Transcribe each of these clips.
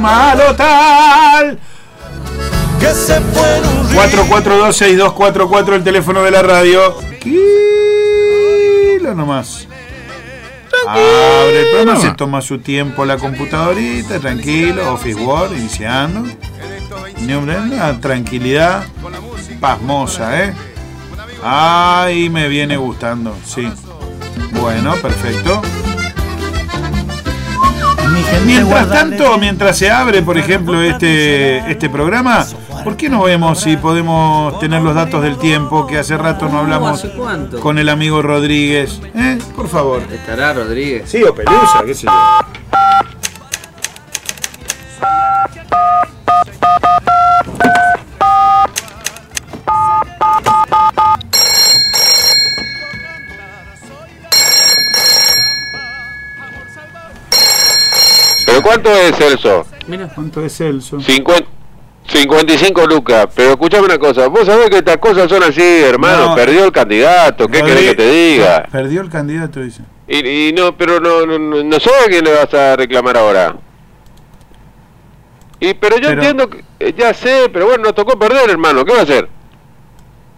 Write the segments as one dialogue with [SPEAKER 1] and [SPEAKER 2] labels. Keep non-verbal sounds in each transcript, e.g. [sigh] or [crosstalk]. [SPEAKER 1] malo tal.
[SPEAKER 2] que se fue en un río.
[SPEAKER 1] 4426244 el teléfono de la radio. Tranquilo nomás. Abre el programa, se toma su tiempo la computadorita, tranquilo, Office Word, iniciando. Ni hombre, Una tranquilidad pasmosa, ¿eh? Ay, me viene gustando, sí. Bueno, perfecto.
[SPEAKER 3] Mi gente
[SPEAKER 1] Mientras
[SPEAKER 3] guardale-
[SPEAKER 1] tanto, mientras se abre, por ejemplo, este, este programa, ¿por qué no vemos si podemos tener los datos del tiempo que hace rato no hablamos
[SPEAKER 4] ¿Hace cuánto?
[SPEAKER 1] con el amigo Rodríguez? ¿Eh? Por favor.
[SPEAKER 4] Estará Rodríguez.
[SPEAKER 1] Sí, o Pelusa, qué sé yo.
[SPEAKER 5] ¿Pero cuánto es Celso?
[SPEAKER 4] Mira,
[SPEAKER 1] ¿Cuánto es Celso?
[SPEAKER 5] 50, 55 lucas. Pero escuchame una cosa. Vos sabés que estas cosas son así, hermano.
[SPEAKER 1] No.
[SPEAKER 5] Perdió el candidato. ¿Qué querés que te diga?
[SPEAKER 1] Perdió el candidato, dice.
[SPEAKER 5] Y, y no, pero no, no, no, no sé a quién le vas a reclamar ahora. Y pero yo
[SPEAKER 1] Pero-
[SPEAKER 5] entiendo que eh, ya sé, pero bueno, nos tocó perder, hermano. ¿Qué va a hacer?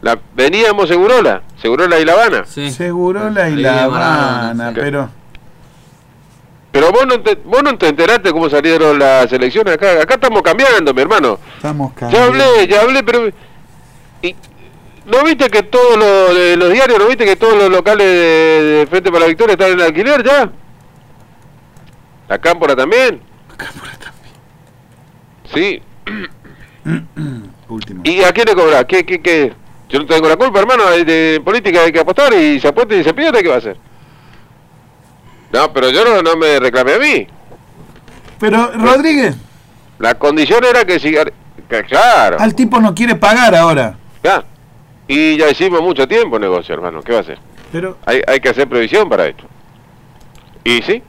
[SPEAKER 5] La veníamos Segurola, Segurola y La Habana.
[SPEAKER 4] sí.
[SPEAKER 1] Seguro la y
[SPEAKER 4] Ahí
[SPEAKER 1] la
[SPEAKER 4] de Maradona,
[SPEAKER 1] Habana,
[SPEAKER 4] sí.
[SPEAKER 1] pero.
[SPEAKER 5] Pero vos no te, vos no te enteraste cómo salieron las elecciones acá. Acá estamos cambiando, mi hermano.
[SPEAKER 1] Estamos
[SPEAKER 5] Ya
[SPEAKER 1] cambiando.
[SPEAKER 5] hablé, ya hablé, pero... y- ¿No viste que todos los, eh, los diarios, no viste que todos los locales de, de Frente para la Victoria están en alquiler ya? La Cámpora también. Sí.
[SPEAKER 1] Último.
[SPEAKER 5] ¿Y a quién le cobras? ¿Qué, qué, qué? Yo no tengo la culpa, hermano. hay De política hay que apostar y se apuesta y se pierde, ¿qué va a hacer? No, pero yo no, no me reclamé a mí.
[SPEAKER 1] Pero, Rodríguez,
[SPEAKER 5] La condición era que siga... que- Claro.
[SPEAKER 1] al tipo no quiere pagar ahora.
[SPEAKER 5] Ya. Y ya hicimos mucho tiempo negocio, hermano. ¿Qué va a hacer?
[SPEAKER 1] Pero,
[SPEAKER 5] Hay, hay que hacer previsión para esto. Y sí,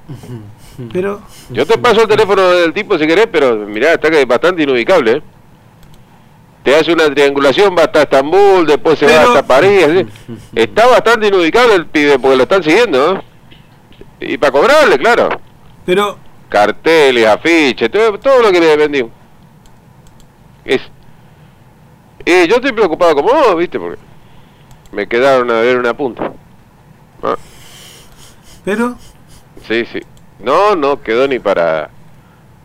[SPEAKER 5] Mm.
[SPEAKER 1] pero.
[SPEAKER 5] yo te paso el teléfono del tipo si querés, pero mirá, está que es bastante inubicable. ¿eh? Te hace una triangulación, va hasta Estambul, después se
[SPEAKER 1] Pero-
[SPEAKER 5] va hasta París. ¿sí? Está bastante inubicable el pibe porque lo están siguiendo. ¿no? Y para cobrarle, claro.
[SPEAKER 1] Pero,
[SPEAKER 5] Carteles, afiches, todo, todo lo que le vendimos. Es. Y yo estoy preocupado como vos, viste, porque me quedaron a ver una punta. Ah.
[SPEAKER 1] pero.
[SPEAKER 5] Sí, sí. No, no quedó ni para.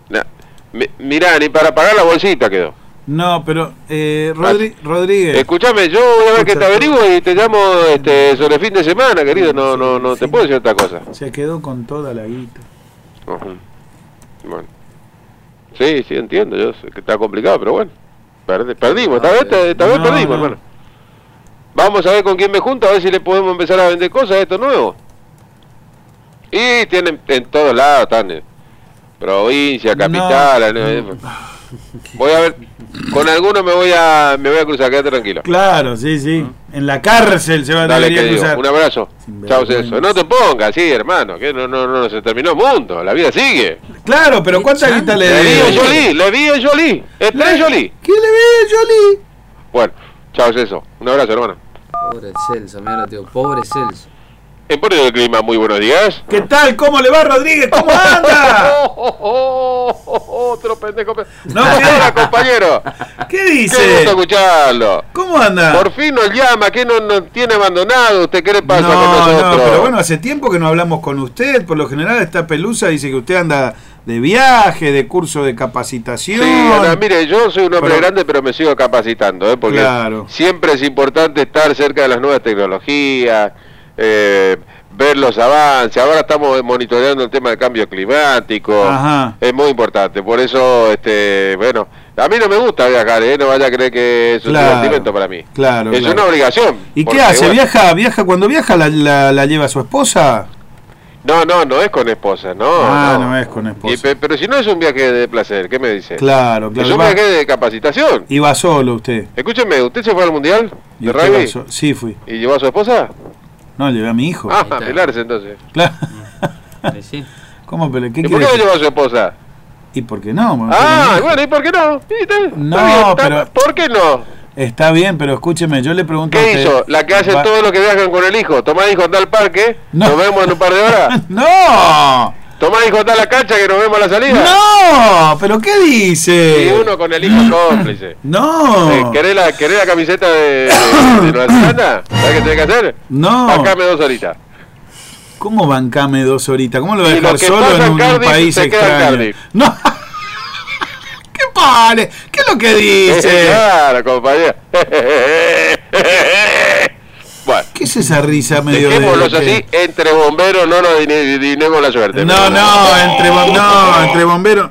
[SPEAKER 5] Na- mi- mirá, ni para pagar la bolsita quedó.
[SPEAKER 1] No, pero. Eh, Rodri-
[SPEAKER 5] Ah,
[SPEAKER 1] Rodríguez.
[SPEAKER 5] Escúchame, yo voy a ver que te
[SPEAKER 1] Escucha.
[SPEAKER 5] averiguo y te llamo este, sobre el fin de semana, querido. No, no, no te puedo decir otra cosa.
[SPEAKER 1] Se quedó con toda la guita.
[SPEAKER 5] Ujú. Bueno. Sí, sí, entiendo. Yo sé que está complicado, pero bueno. Perdi- perdimos, esta vez, te- esta Eh, vez
[SPEAKER 1] No,
[SPEAKER 5] perdimos,
[SPEAKER 1] no.
[SPEAKER 5] hermano. Vamos a ver con quién me junto, a ver si le podemos empezar a vender cosas a estos nuevos. Y tienen en todos lados, están en provincia, capital. eh, Voy a ver, con alguno me voy a me voy a cruzar, quédate tranquilo.
[SPEAKER 1] Claro, sí, sí. En la cárcel se va a
[SPEAKER 5] Ah. Dale,
[SPEAKER 1] tener
[SPEAKER 5] que
[SPEAKER 1] que
[SPEAKER 5] digo,
[SPEAKER 1] cruzar.
[SPEAKER 5] un abrazo.
[SPEAKER 1] Sin
[SPEAKER 5] Chao,
[SPEAKER 1] vergüenza.
[SPEAKER 5] Celso. No te pongas así, hermano, que no, no, no se terminó el mundo, la vida sigue.
[SPEAKER 1] Claro, pero ¿cuánta guita le
[SPEAKER 5] Le vi a
[SPEAKER 1] dio?
[SPEAKER 5] Jolie, le vi a Jolie, estrella Jolie.
[SPEAKER 1] ¿Qué le ve, Jolie?
[SPEAKER 5] Bueno, chao Celso, un abrazo hermano.
[SPEAKER 4] Pobre Celso, mira, tío. Pobre Celso.
[SPEAKER 5] En Pórtico del Clima, muy buenos días.
[SPEAKER 1] ¿Qué tal? ¿Cómo le va, Rodríguez? ¿Cómo anda?
[SPEAKER 5] Oh, oh, oh, oh, oh, otro pendejo.
[SPEAKER 1] [laughs] No,
[SPEAKER 5] No,
[SPEAKER 1] ¿qué? [laughs]
[SPEAKER 5] Hola compañero,
[SPEAKER 1] ¿Qué
[SPEAKER 5] qué
[SPEAKER 1] dice? Ah.
[SPEAKER 5] gusto escucharlo.
[SPEAKER 1] ¿Cómo anda?
[SPEAKER 5] Por fin nos llama, que nos no tiene abandonado, usted qué le pasa
[SPEAKER 1] no,
[SPEAKER 5] con nosotros.
[SPEAKER 1] no, pero bueno, hace tiempo que no hablamos con usted. Por lo general, esta pelusa dice que usted anda de viaje, de curso de capacitación.
[SPEAKER 5] Sí, ahora, mire, yo soy un hombre
[SPEAKER 1] Pero-
[SPEAKER 5] grande, pero me sigo capacitando, ¿eh? porque
[SPEAKER 1] Claro.
[SPEAKER 5] siempre es importante estar cerca de las nuevas tecnologías, eh, ver los avances. Ahora estamos monitoreando el tema del cambio climático.
[SPEAKER 1] Ajá.
[SPEAKER 5] Es muy importante, por eso, este, bueno, a mí no me gusta viajar, ¿eh? no vaya a creer que es un
[SPEAKER 1] Claro,
[SPEAKER 5] divertimento para mí.
[SPEAKER 1] claro,
[SPEAKER 5] Es
[SPEAKER 1] claro.
[SPEAKER 5] una obligación.
[SPEAKER 1] ¿Y qué
[SPEAKER 5] porque,
[SPEAKER 1] hace?
[SPEAKER 5] bueno,
[SPEAKER 1] ¿Viaja? ¿Viaja? Cuando viaja la, la- la lleva su esposa.
[SPEAKER 5] No, no, no es con esposa, no.
[SPEAKER 1] ah, no. es con
[SPEAKER 5] Y
[SPEAKER 1] esposa.
[SPEAKER 5] pe- pero si no es un viaje de placer, ¿qué me dice?
[SPEAKER 1] Claro,
[SPEAKER 5] Es
[SPEAKER 1] claro.
[SPEAKER 5] un
[SPEAKER 1] va-
[SPEAKER 5] viaje de capacitación.
[SPEAKER 1] Y va solo usted.
[SPEAKER 5] Escúcheme, ¿usted se fue al mundial
[SPEAKER 1] Y
[SPEAKER 5] de
[SPEAKER 1] usted va
[SPEAKER 5] rugby
[SPEAKER 1] so- Sí, fui.
[SPEAKER 5] y llevó a su esposa?
[SPEAKER 1] No, llevé a mi hijo.
[SPEAKER 5] Ah,
[SPEAKER 4] está.
[SPEAKER 5] a Pilares entonces.
[SPEAKER 1] Claro.
[SPEAKER 4] Eh, Sí.
[SPEAKER 1] ¿Cómo? Pero, ¿qué
[SPEAKER 5] ¿Y por
[SPEAKER 1] quiere
[SPEAKER 5] qué no
[SPEAKER 1] decir?
[SPEAKER 5] llevó a su esposa?
[SPEAKER 1] ¿Y por qué no? Bueno, tengo
[SPEAKER 5] Ah,
[SPEAKER 1] mi hijo.
[SPEAKER 5] bueno, ¿y por qué no? Sí, está- está
[SPEAKER 1] No,
[SPEAKER 5] bien, está-
[SPEAKER 1] pero-
[SPEAKER 5] ¿Por qué no?
[SPEAKER 1] Está bien, pero escúcheme, yo le pregunto a
[SPEAKER 5] ¿Qué
[SPEAKER 1] usted-
[SPEAKER 5] hizo? La que hacen
[SPEAKER 1] Va-
[SPEAKER 5] todos los que viajan con el hijo. Tomá hijo, anda al parque,
[SPEAKER 1] [laughs] No.
[SPEAKER 5] nos vemos en un par de horas.
[SPEAKER 1] ¡No!
[SPEAKER 5] Tomá, hijo, está la cancha que nos vemos a la salida.
[SPEAKER 1] ¡No! ¿Pero qué
[SPEAKER 5] Y
[SPEAKER 1] dice?
[SPEAKER 5] uno con el hijo cómplice. Eh,
[SPEAKER 1] ¡No!
[SPEAKER 5] ¿querés, la, querés la camiseta de, de,
[SPEAKER 1] [coughs]
[SPEAKER 5] de Nueva Zelanda? ¿Sabés qué tenés que hacer?
[SPEAKER 1] ¡No!
[SPEAKER 5] Bajame dos horitas.
[SPEAKER 1] ¿Cómo bancame dos horitas? ¿Cómo lo voy a
[SPEAKER 5] Y lo
[SPEAKER 1] dejar
[SPEAKER 5] que
[SPEAKER 1] solo
[SPEAKER 5] pasa
[SPEAKER 1] en
[SPEAKER 5] en
[SPEAKER 1] un
[SPEAKER 5] Cardiff
[SPEAKER 1] país
[SPEAKER 5] se queda en
[SPEAKER 1] extraño?
[SPEAKER 5] Cardiff.
[SPEAKER 1] [laughs] ¡No! ¡Qué pare! ¿Qué es lo que
[SPEAKER 5] Este, Eh,
[SPEAKER 1] dice?
[SPEAKER 5] Claro, compañero. [laughs] bueno,
[SPEAKER 1] ¿Qué es esa risa medio de.?
[SPEAKER 5] dejémoslos así. Entre bomberos no nos dine- dinemos la suerte.
[SPEAKER 1] No, no, entre, bom- no, entre bomberos.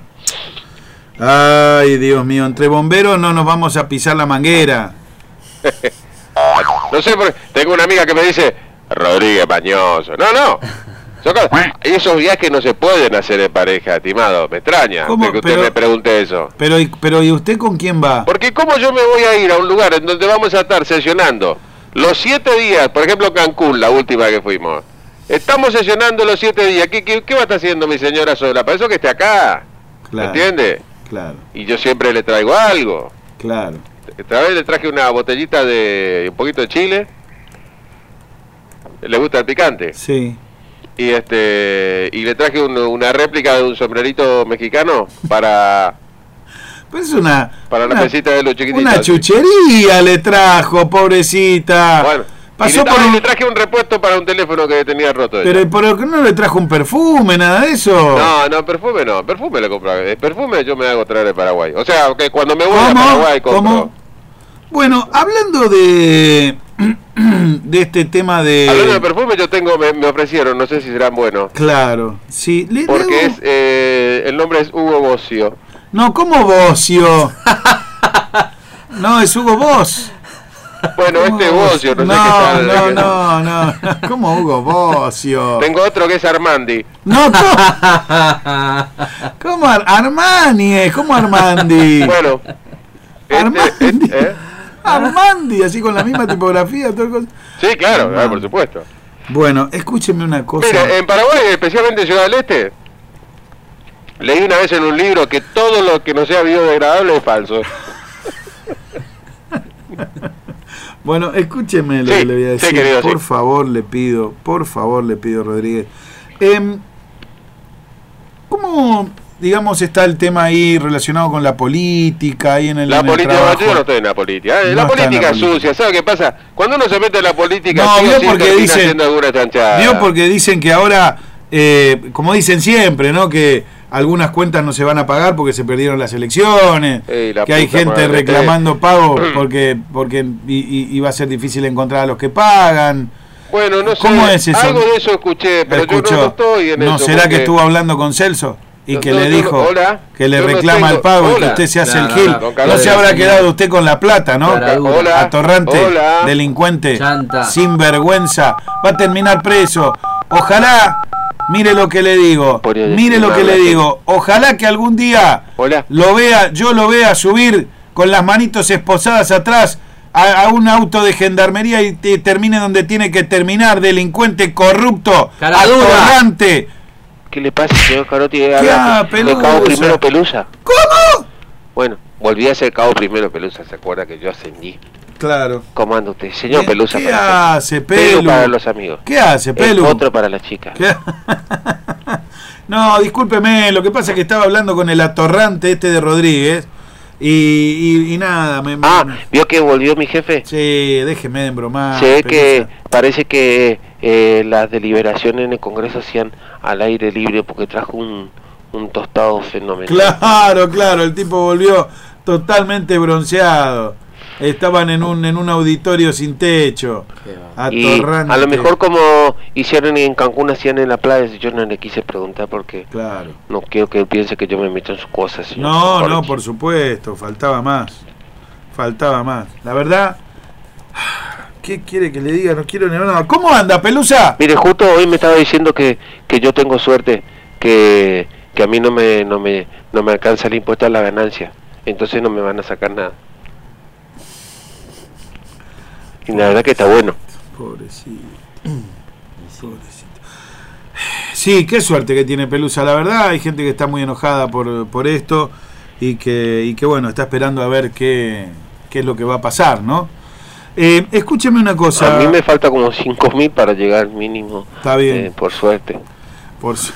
[SPEAKER 1] Ay, Dios mío, entre bomberos no nos vamos a pisar la manguera.
[SPEAKER 5] No sé, por qué. tengo una amiga que me dice Rodríguez Mañoso. No, no. Son cosas- y esos viajes no se pueden hacer en pareja, estimado. Me extraña
[SPEAKER 1] ¿Cómo?
[SPEAKER 5] de que usted
[SPEAKER 1] Pero-
[SPEAKER 5] me pregunte eso.
[SPEAKER 1] Pero, ¿y- pero ¿y usted con quién va?
[SPEAKER 5] Porque cómo yo me voy a ir a un lugar en donde vamos a estar sesionando los siete días, por ejemplo Cancún, la última que fuimos. Estamos sesionando los siete días. ¿Qué, qué, qué va a estar haciendo mi señora sola? Para eso que esté acá. ¿Me
[SPEAKER 1] Claro,
[SPEAKER 5] entiende?
[SPEAKER 1] Claro,
[SPEAKER 5] Y yo siempre le traigo algo.
[SPEAKER 1] claro.
[SPEAKER 5] Esta vez le traje una botellita de un poquito de chile. Le gusta el picante.
[SPEAKER 1] Sí.
[SPEAKER 5] Y este y le traje un- una réplica de un sombrerito mexicano para
[SPEAKER 1] Pues es una.
[SPEAKER 5] para la
[SPEAKER 1] una-
[SPEAKER 5] mesita de los chiquititos.
[SPEAKER 1] Una
[SPEAKER 5] así.
[SPEAKER 1] chuchería le trajo, pobrecita.
[SPEAKER 5] Bueno,
[SPEAKER 1] Pasó
[SPEAKER 5] y le,
[SPEAKER 1] por
[SPEAKER 5] ah, y
[SPEAKER 1] un-
[SPEAKER 5] le traje un repuesto para un teléfono que tenía roto. ella.
[SPEAKER 1] Pero ¿por qué no le trajo un perfume, nada de eso?
[SPEAKER 5] No, no, perfume no, perfume le compraba. El perfume yo me hago traer de Paraguay. O sea, que cuando me voy a Paraguay compro.
[SPEAKER 1] Bueno, hablando de [clears throat] de este tema de
[SPEAKER 5] Hablando de perfume, yo tengo, me, me ofrecieron, no sé si serán buenos.
[SPEAKER 1] Claro, sí, le- le-
[SPEAKER 5] Porque es, eh, el nombre es Hugo Bocio.
[SPEAKER 1] No, como Bocio. no, es Hugo Boss.
[SPEAKER 5] Bueno,
[SPEAKER 1] [laughs]
[SPEAKER 5] este Bocio, no,
[SPEAKER 1] no,
[SPEAKER 5] sé qué tal.
[SPEAKER 1] no, no, no, no. ¿Cómo Hugo Bocio?
[SPEAKER 5] Tengo otro que es Armandi.
[SPEAKER 1] No, ¿cómo? ¿Cómo Ar- Armani? es? ¿Cómo Armandi?
[SPEAKER 5] Bueno. este-
[SPEAKER 1] Armandi.
[SPEAKER 5] este- ¿eh?
[SPEAKER 1] Armandi, así con la misma tipografía, todo el cosa.
[SPEAKER 5] Sí, claro, ah,
[SPEAKER 1] Armandi.
[SPEAKER 5] por supuesto.
[SPEAKER 1] Bueno, escúcheme una cosa.
[SPEAKER 5] Mira, eh, en Paraguay, especialmente en Ciudad del Este, leí una vez en un libro que todo lo que no sea biodegradable es falso.
[SPEAKER 1] Bueno, escúcheme lo
[SPEAKER 5] Sí,
[SPEAKER 1] que le voy a
[SPEAKER 5] sí,
[SPEAKER 1] decir.
[SPEAKER 5] querido, sí.
[SPEAKER 1] por favor, le pido, por favor, le pido, Rodríguez. Em, ¿Cómo, digamos, está el tema ahí relacionado con la política, ahí en el,
[SPEAKER 5] La
[SPEAKER 1] en el
[SPEAKER 5] política,
[SPEAKER 1] trabajo?
[SPEAKER 5] yo no estoy en la política. eh,
[SPEAKER 1] No
[SPEAKER 5] la
[SPEAKER 1] está en la
[SPEAKER 5] política es
[SPEAKER 1] política.
[SPEAKER 5] sucia, ¿sabe qué pasa? Cuando uno se mete en la política,
[SPEAKER 1] No,
[SPEAKER 5] sí o
[SPEAKER 1] vio
[SPEAKER 5] sí
[SPEAKER 1] porque
[SPEAKER 5] termina
[SPEAKER 1] dicen-
[SPEAKER 5] haciendo alguna chanchada.
[SPEAKER 1] Digo porque dicen que ahora, eh, como dicen siempre, ¿no? Que algunas cuentas no se van a pagar porque se perdieron las elecciones,
[SPEAKER 5] Ey, la
[SPEAKER 1] que hay
[SPEAKER 5] puta
[SPEAKER 1] gente
[SPEAKER 5] madre, eh.
[SPEAKER 1] reclamando
[SPEAKER 5] [clears throat]
[SPEAKER 1] pagos porque porque y, y- y va a ser difícil encontrar a los que pagan.
[SPEAKER 5] Bueno, no sé.
[SPEAKER 1] ¿Cómo es eso?
[SPEAKER 5] Algo de eso escuché, pero
[SPEAKER 1] Escuchó,
[SPEAKER 5] yo no estoy en
[SPEAKER 1] ¿no
[SPEAKER 5] eso.
[SPEAKER 1] será que
[SPEAKER 5] porque-
[SPEAKER 1] estuvo hablando con Celso y
[SPEAKER 5] No,
[SPEAKER 1] que
[SPEAKER 5] no,
[SPEAKER 1] le
[SPEAKER 5] yo no-
[SPEAKER 1] dijo
[SPEAKER 5] hola,
[SPEAKER 1] que le
[SPEAKER 5] yo no
[SPEAKER 1] reclama
[SPEAKER 5] tengo-
[SPEAKER 1] el pago y que
[SPEAKER 5] hola.
[SPEAKER 1] usted se hace
[SPEAKER 4] No,
[SPEAKER 1] el
[SPEAKER 4] no,
[SPEAKER 1] gil?
[SPEAKER 4] no,
[SPEAKER 1] No,
[SPEAKER 5] don Carlos,
[SPEAKER 1] se habrá
[SPEAKER 4] señor.
[SPEAKER 1] quedado usted con la plata, ¿no?
[SPEAKER 4] Cara dura.
[SPEAKER 5] Hola.
[SPEAKER 1] atorrante,
[SPEAKER 5] Hola.
[SPEAKER 1] delincuente,
[SPEAKER 4] Chanta.
[SPEAKER 1] sinvergüenza, va a terminar preso. Ojalá, mire lo que le digo,
[SPEAKER 5] Podría decir
[SPEAKER 1] mire lo que
[SPEAKER 5] nada.
[SPEAKER 1] le digo, ojalá que algún día
[SPEAKER 5] Hola.
[SPEAKER 1] lo vea, yo lo vea subir con las manitos esposadas atrás a, a un auto de gendarmería y te- termine donde tiene que terminar, delincuente, corrupto,
[SPEAKER 4] Cara dura.
[SPEAKER 1] atorrante.
[SPEAKER 5] ¿Qué le pasa, señor Carotti?
[SPEAKER 1] ah,
[SPEAKER 5] Habla-
[SPEAKER 1] Pelusa.
[SPEAKER 5] de Cabo Primero Pelusa.
[SPEAKER 1] ¿Cómo?
[SPEAKER 5] Bueno, volví a ser Cabo Primero Pelusa, ¿se acuerda que yo ascendí?
[SPEAKER 1] Claro.
[SPEAKER 5] ¿Cómo anda usted? Señor Pelusa.
[SPEAKER 1] ¿Qué
[SPEAKER 5] para usted.
[SPEAKER 1] hace,
[SPEAKER 5] Pelu
[SPEAKER 1] Pelu?
[SPEAKER 5] para los amigos.
[SPEAKER 1] ¿Qué hace,
[SPEAKER 5] El
[SPEAKER 1] Pelu?
[SPEAKER 5] Otro para las chicas.
[SPEAKER 1] ¿Qué? [laughs] No, discúlpeme, lo que pasa es que estaba hablando con el atorrante este de Rodríguez y, y- y nada, me, me-
[SPEAKER 5] Ah, ¿vio que volvió mi jefe?
[SPEAKER 1] Sí, déjeme de embromar.
[SPEAKER 5] Se ve que
[SPEAKER 1] pelusa.
[SPEAKER 5] parece que eh, las deliberaciones en el Congreso hacían al aire libre porque trajo un, un tostado fenomenal.
[SPEAKER 1] Claro, claro, el tipo volvió totalmente bronceado. Estaban en un, en un auditorio sin techo.
[SPEAKER 4] Qué
[SPEAKER 1] Ah,
[SPEAKER 4] va.
[SPEAKER 5] Y
[SPEAKER 1] Atorrante.
[SPEAKER 5] a lo mejor como hicieron en Cancún, hacían en la playa, yo no le quise preguntar porque
[SPEAKER 1] Claro.
[SPEAKER 5] no quiero que él piense que yo me meto en sus cosas. señor
[SPEAKER 1] No, no,
[SPEAKER 5] Corchi.
[SPEAKER 1] por supuesto, faltaba más. Faltaba más. La verdad, ¿qué quiere que le diga? No quiero ni nada. ¿Cómo anda, Pelusa?
[SPEAKER 5] Mire, justo hoy me estaba diciendo que, que yo tengo suerte, que, que a mí no me, no, me, no me alcanza el impuesto a la ganancia, entonces no me van a sacar nada. Y la verdad que está bueno.
[SPEAKER 1] Pobrecito. Pobrecito. Sí, qué suerte que tiene Pelusa. La verdad, hay gente que está muy enojada por, por esto y que, y que, bueno, está esperando a ver qué, qué es lo que va a pasar, ¿no? Eh, escúcheme una cosa.
[SPEAKER 5] a mí me falta como 5 mil para llegar al mínimo,
[SPEAKER 1] Está bien.
[SPEAKER 5] eh, por suerte.
[SPEAKER 1] Por su-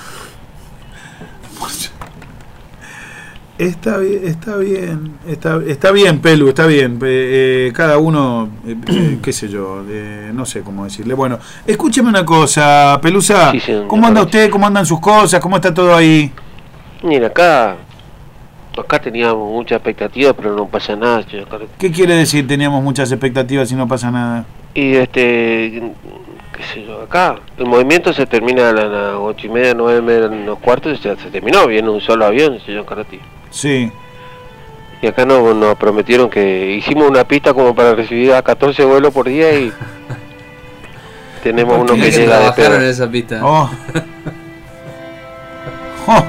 [SPEAKER 1] Está bien, está bien, está, está bien, Pelu, está bien. Eh, eh, cada uno,
[SPEAKER 5] [clears throat]
[SPEAKER 1] eh, qué sé yo, no sé cómo decirle. Bueno, escúcheme una cosa, Pelusa.
[SPEAKER 5] Sí, señor.
[SPEAKER 1] ¿Cómo anda usted? ¿Cómo andan sus cosas? ¿Cómo está todo ahí?
[SPEAKER 5] Mira, acá. Acá teníamos mucha expectativa, pero no pasa nada. señor Carlos.
[SPEAKER 1] ¿Qué quiere decir teníamos muchas expectativas y no pasa nada?
[SPEAKER 5] Y este. ¿Qué sé yo? Acá. El movimiento se termina a las ocho y media, nueve y media, los cuartos. Se, se terminó. Viene un solo avión, señor Carati.
[SPEAKER 1] Sí.
[SPEAKER 5] Y acá nos, nos prometieron que hicimos una pista como para recibir a 14 vuelos por día
[SPEAKER 4] [laughs]
[SPEAKER 5] y. tenemos uno que
[SPEAKER 4] Tiene que
[SPEAKER 5] llega de
[SPEAKER 4] trabajar en
[SPEAKER 5] espera.
[SPEAKER 4] esa pista.
[SPEAKER 5] [laughs]
[SPEAKER 1] Oh. Oh,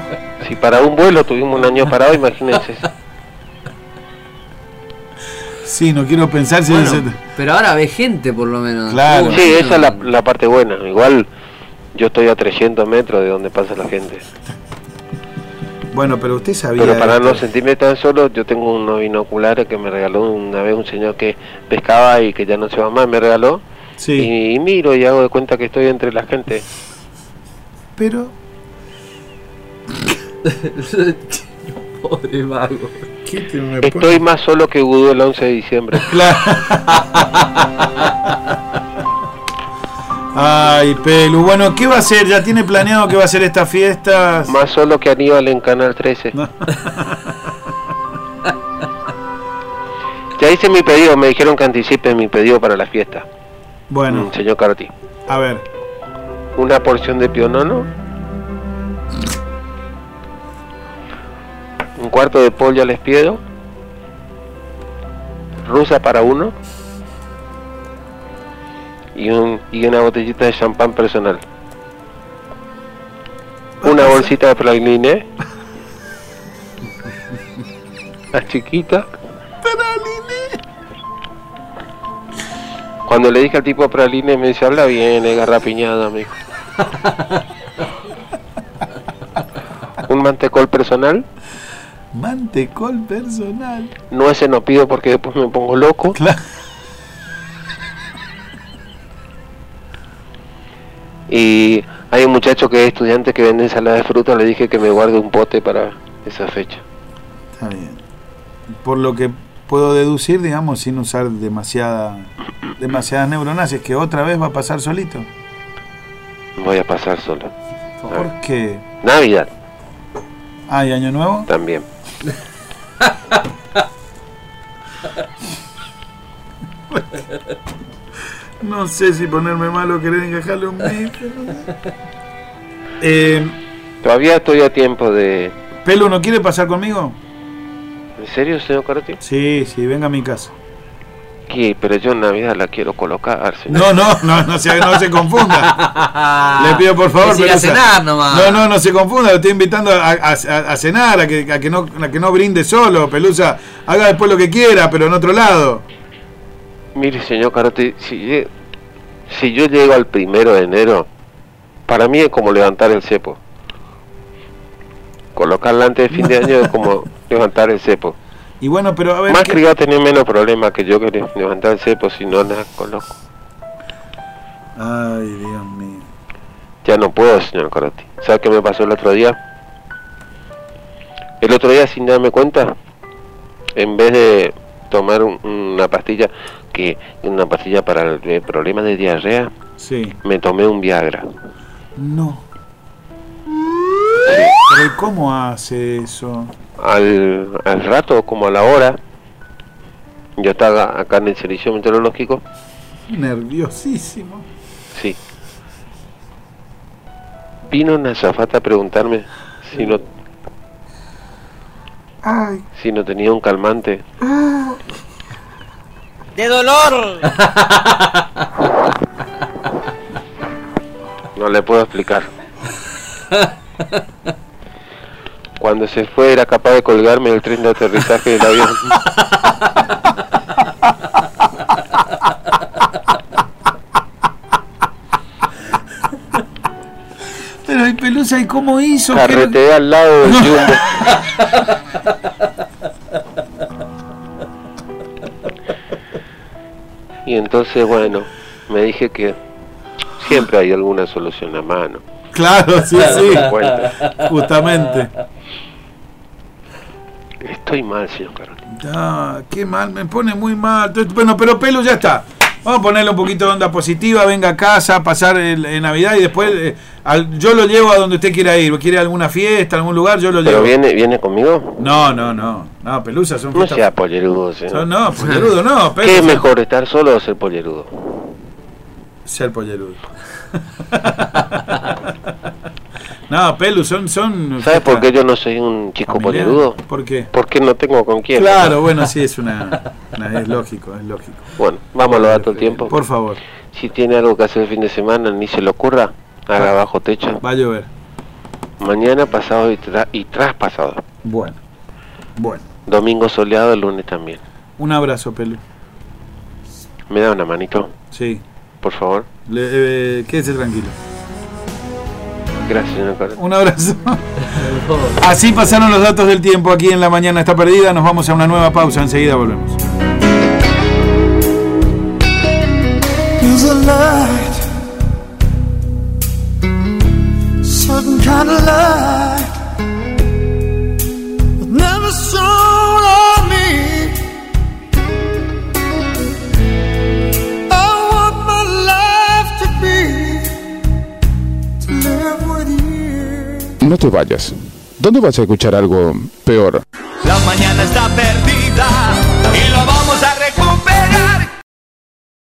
[SPEAKER 5] Si para un vuelo tuvimos un año
[SPEAKER 4] [laughs]
[SPEAKER 5] parado, imagínense.
[SPEAKER 1] Sí, no quiero pensar si
[SPEAKER 4] Bueno,
[SPEAKER 1] es-
[SPEAKER 4] pero ahora ve gente por lo menos.
[SPEAKER 1] Claro.
[SPEAKER 4] Uy,
[SPEAKER 5] Sí, esa es la,
[SPEAKER 4] no. [laughs]
[SPEAKER 5] la parte buena. Igual yo estoy a 300 metros de donde pasa la gente.
[SPEAKER 1] Bueno, pero usted sabía.
[SPEAKER 5] Pero para
[SPEAKER 1] esto.
[SPEAKER 5] no sentirme tan solo, yo tengo unos binoculares que me regaló una vez un señor que pescaba y que ya no se va más, me regaló.
[SPEAKER 1] Sí.
[SPEAKER 5] Y, y miro y hago de cuenta que estoy entre la gente.
[SPEAKER 1] [laughs] Pero
[SPEAKER 4] Pobre vago.
[SPEAKER 5] Estoy más solo que Gudú el 11
[SPEAKER 1] [laughs]
[SPEAKER 5] de diciembre.
[SPEAKER 1] Ay, Pelu. Bueno, ¿qué va a hacer? ¿Ya tiene planeado qué va a hacer estas fiestas?
[SPEAKER 5] Más solo que Aníbal en Canal 13.
[SPEAKER 1] No.
[SPEAKER 5] Ya hice mi pedido, me dijeron que anticipe mi pedido para la fiesta.
[SPEAKER 1] Bueno,
[SPEAKER 5] Mm, Señor Carti.
[SPEAKER 1] a ver.
[SPEAKER 5] una porción de pionono, un cuarto de pollo al espiedo, rusa para uno y, un, y una botellita de champán personal. Una bolsita de eh? praliné, la chiquita. Cuando le dije al tipo praline me dice, habla bien, es garrapiñada, me dijo. Un mantecol personal,
[SPEAKER 1] Mantecol personal.
[SPEAKER 5] no se no pido porque después me pongo loco.
[SPEAKER 1] Claro.
[SPEAKER 5] Y hay un muchacho que es estudiante que vende ensalada de fruta, le dije que me guarde un pote para esa fecha.
[SPEAKER 1] Está bien. Por lo que puedo deducir, digamos, sin usar demasiada, demasiadas neuronas, es que otra vez va a pasar solito.
[SPEAKER 5] Voy a pasar solo.
[SPEAKER 1] ¿Por qué?
[SPEAKER 5] Navidad
[SPEAKER 1] ¿Hay año nuevo?
[SPEAKER 5] también.
[SPEAKER 1] No sé si ponerme malo o querer encajarle un micro. Eh,
[SPEAKER 5] Todavía estoy a tiempo de...
[SPEAKER 1] ¿Pelu no quiere pasar conmigo?
[SPEAKER 5] ¿En serio, señor Carti?
[SPEAKER 1] Sí, sí, venga a mi casa.
[SPEAKER 5] Sí, pero yo en Navidad la quiero colocar,
[SPEAKER 1] No,
[SPEAKER 5] señor.
[SPEAKER 1] no, no, no se, no se
[SPEAKER 4] [laughs]
[SPEAKER 1] confunda. Le pido por favor.
[SPEAKER 4] Que siga a
[SPEAKER 1] Pelusa.
[SPEAKER 4] cenar nomás.
[SPEAKER 1] No, no, no se confunda. Lo estoy invitando a, a- a- a cenar, a que, a que no, a que no brinde solo. Pelusa, haga después lo que quiera, pero en otro lado.
[SPEAKER 5] Mire, señor Carote, si, lle- si yo llego al primero de enero, para mí es como levantar el cepo. Colocarla antes de fin de año es como levantar el cepo.
[SPEAKER 1] Y bueno, pero a ver.
[SPEAKER 5] Más
[SPEAKER 1] ¿qué-
[SPEAKER 5] va a tener menos problemas que yo que le- levantar el cepo si no la coloco.
[SPEAKER 1] Ay, Dios mío.
[SPEAKER 5] Ya no puedo, señor Carote. ¿Sabe qué me pasó el otro día? El otro día, sin darme cuenta, en vez de tomar un- una pastilla que una pastilla para el el problema de diarrea,
[SPEAKER 1] Sí.
[SPEAKER 5] me tomé un Viagra.
[SPEAKER 1] No. Pero ¿y cómo hace eso?
[SPEAKER 5] al, al rato, como a la hora, yo estaba acá en el servicio meteorológico,
[SPEAKER 1] Nerviosísimo.
[SPEAKER 5] sí. Vino una azafata a preguntarme si no,
[SPEAKER 1] Ay,
[SPEAKER 5] si no tenía un calmante.
[SPEAKER 2] ¡De dolor!
[SPEAKER 5] No le puedo explicar. Cuando se fue era capaz de colgarme del tren de aterrizaje del avión.
[SPEAKER 1] pero ¿y Pelusa, ¿y cómo
[SPEAKER 5] [laughs]
[SPEAKER 1] hizo? ¿Qué-
[SPEAKER 5] Carreteé al lado del Jumbo. [laughs] Y entonces, bueno, me dije que siempre hay alguna solución a mano.
[SPEAKER 1] Claro, sí, sí.
[SPEAKER 5] Cuenta.
[SPEAKER 1] Justamente.
[SPEAKER 5] estoy mal, señor Carolina.
[SPEAKER 1] Ah, qué mal, me pone muy mal. Bueno, pero Pelu ya está. Vamos a ponerle un poquito de onda positiva, venga a casa, a pasar el, el Navidad y después eh, al- yo lo llevo a donde usted quiera ir. ¿Quiere alguna fiesta, algún lugar? Yo lo
[SPEAKER 5] ¿Pero
[SPEAKER 1] llevo.
[SPEAKER 5] viene, viene conmigo?
[SPEAKER 1] No, no, no. No, pelusas son
[SPEAKER 5] No
[SPEAKER 1] fiestas-
[SPEAKER 5] sea pollerudo, señor.
[SPEAKER 1] son- No, pollerudo, no.
[SPEAKER 5] ¿Qué es
[SPEAKER 1] pelusas-
[SPEAKER 5] mejor, estar solo o ser pollerudo?
[SPEAKER 1] Ser pollerudo. [laughs] no, Pelu, son. son
[SPEAKER 5] ¿Sabes por qué yo no soy un chico
[SPEAKER 1] familiares.
[SPEAKER 5] pollerudo?
[SPEAKER 1] ¿Por qué?
[SPEAKER 5] Porque no tengo con quién.
[SPEAKER 1] Claro, bueno, sí, es una, una- Es lógico, es lógico.
[SPEAKER 5] Bueno, vamos a los datos del tiempo.
[SPEAKER 1] Por favor,
[SPEAKER 5] Si tiene algo que hacer el fin de semana, ni se le ocurra, haga bajo techo.
[SPEAKER 1] va a llover.
[SPEAKER 5] Mañana, pasado y, tra- y tras pasado.
[SPEAKER 1] Bueno, bueno.
[SPEAKER 5] Domingo soleado, el lunes también.
[SPEAKER 1] Un abrazo, Pelu.
[SPEAKER 5] ¿Me da una manito,
[SPEAKER 1] Sí.
[SPEAKER 5] por favor?
[SPEAKER 1] Le- eh, quédese tranquilo.
[SPEAKER 5] Gracias, señor Carlos.
[SPEAKER 1] Un abrazo.
[SPEAKER 4] Por favor.
[SPEAKER 1] Así pasaron los datos del tiempo aquí en La Mañana Está Perdida. Nos vamos a una nueva pausa. Enseguida volvemos.
[SPEAKER 2] There's a light, certain kind of light that never shone on me. I want my life to be to live with you.
[SPEAKER 3] No te vayas. ¿Dónde vas a escuchar algo peor?
[SPEAKER 6] La mañana está perdida y lo vamos a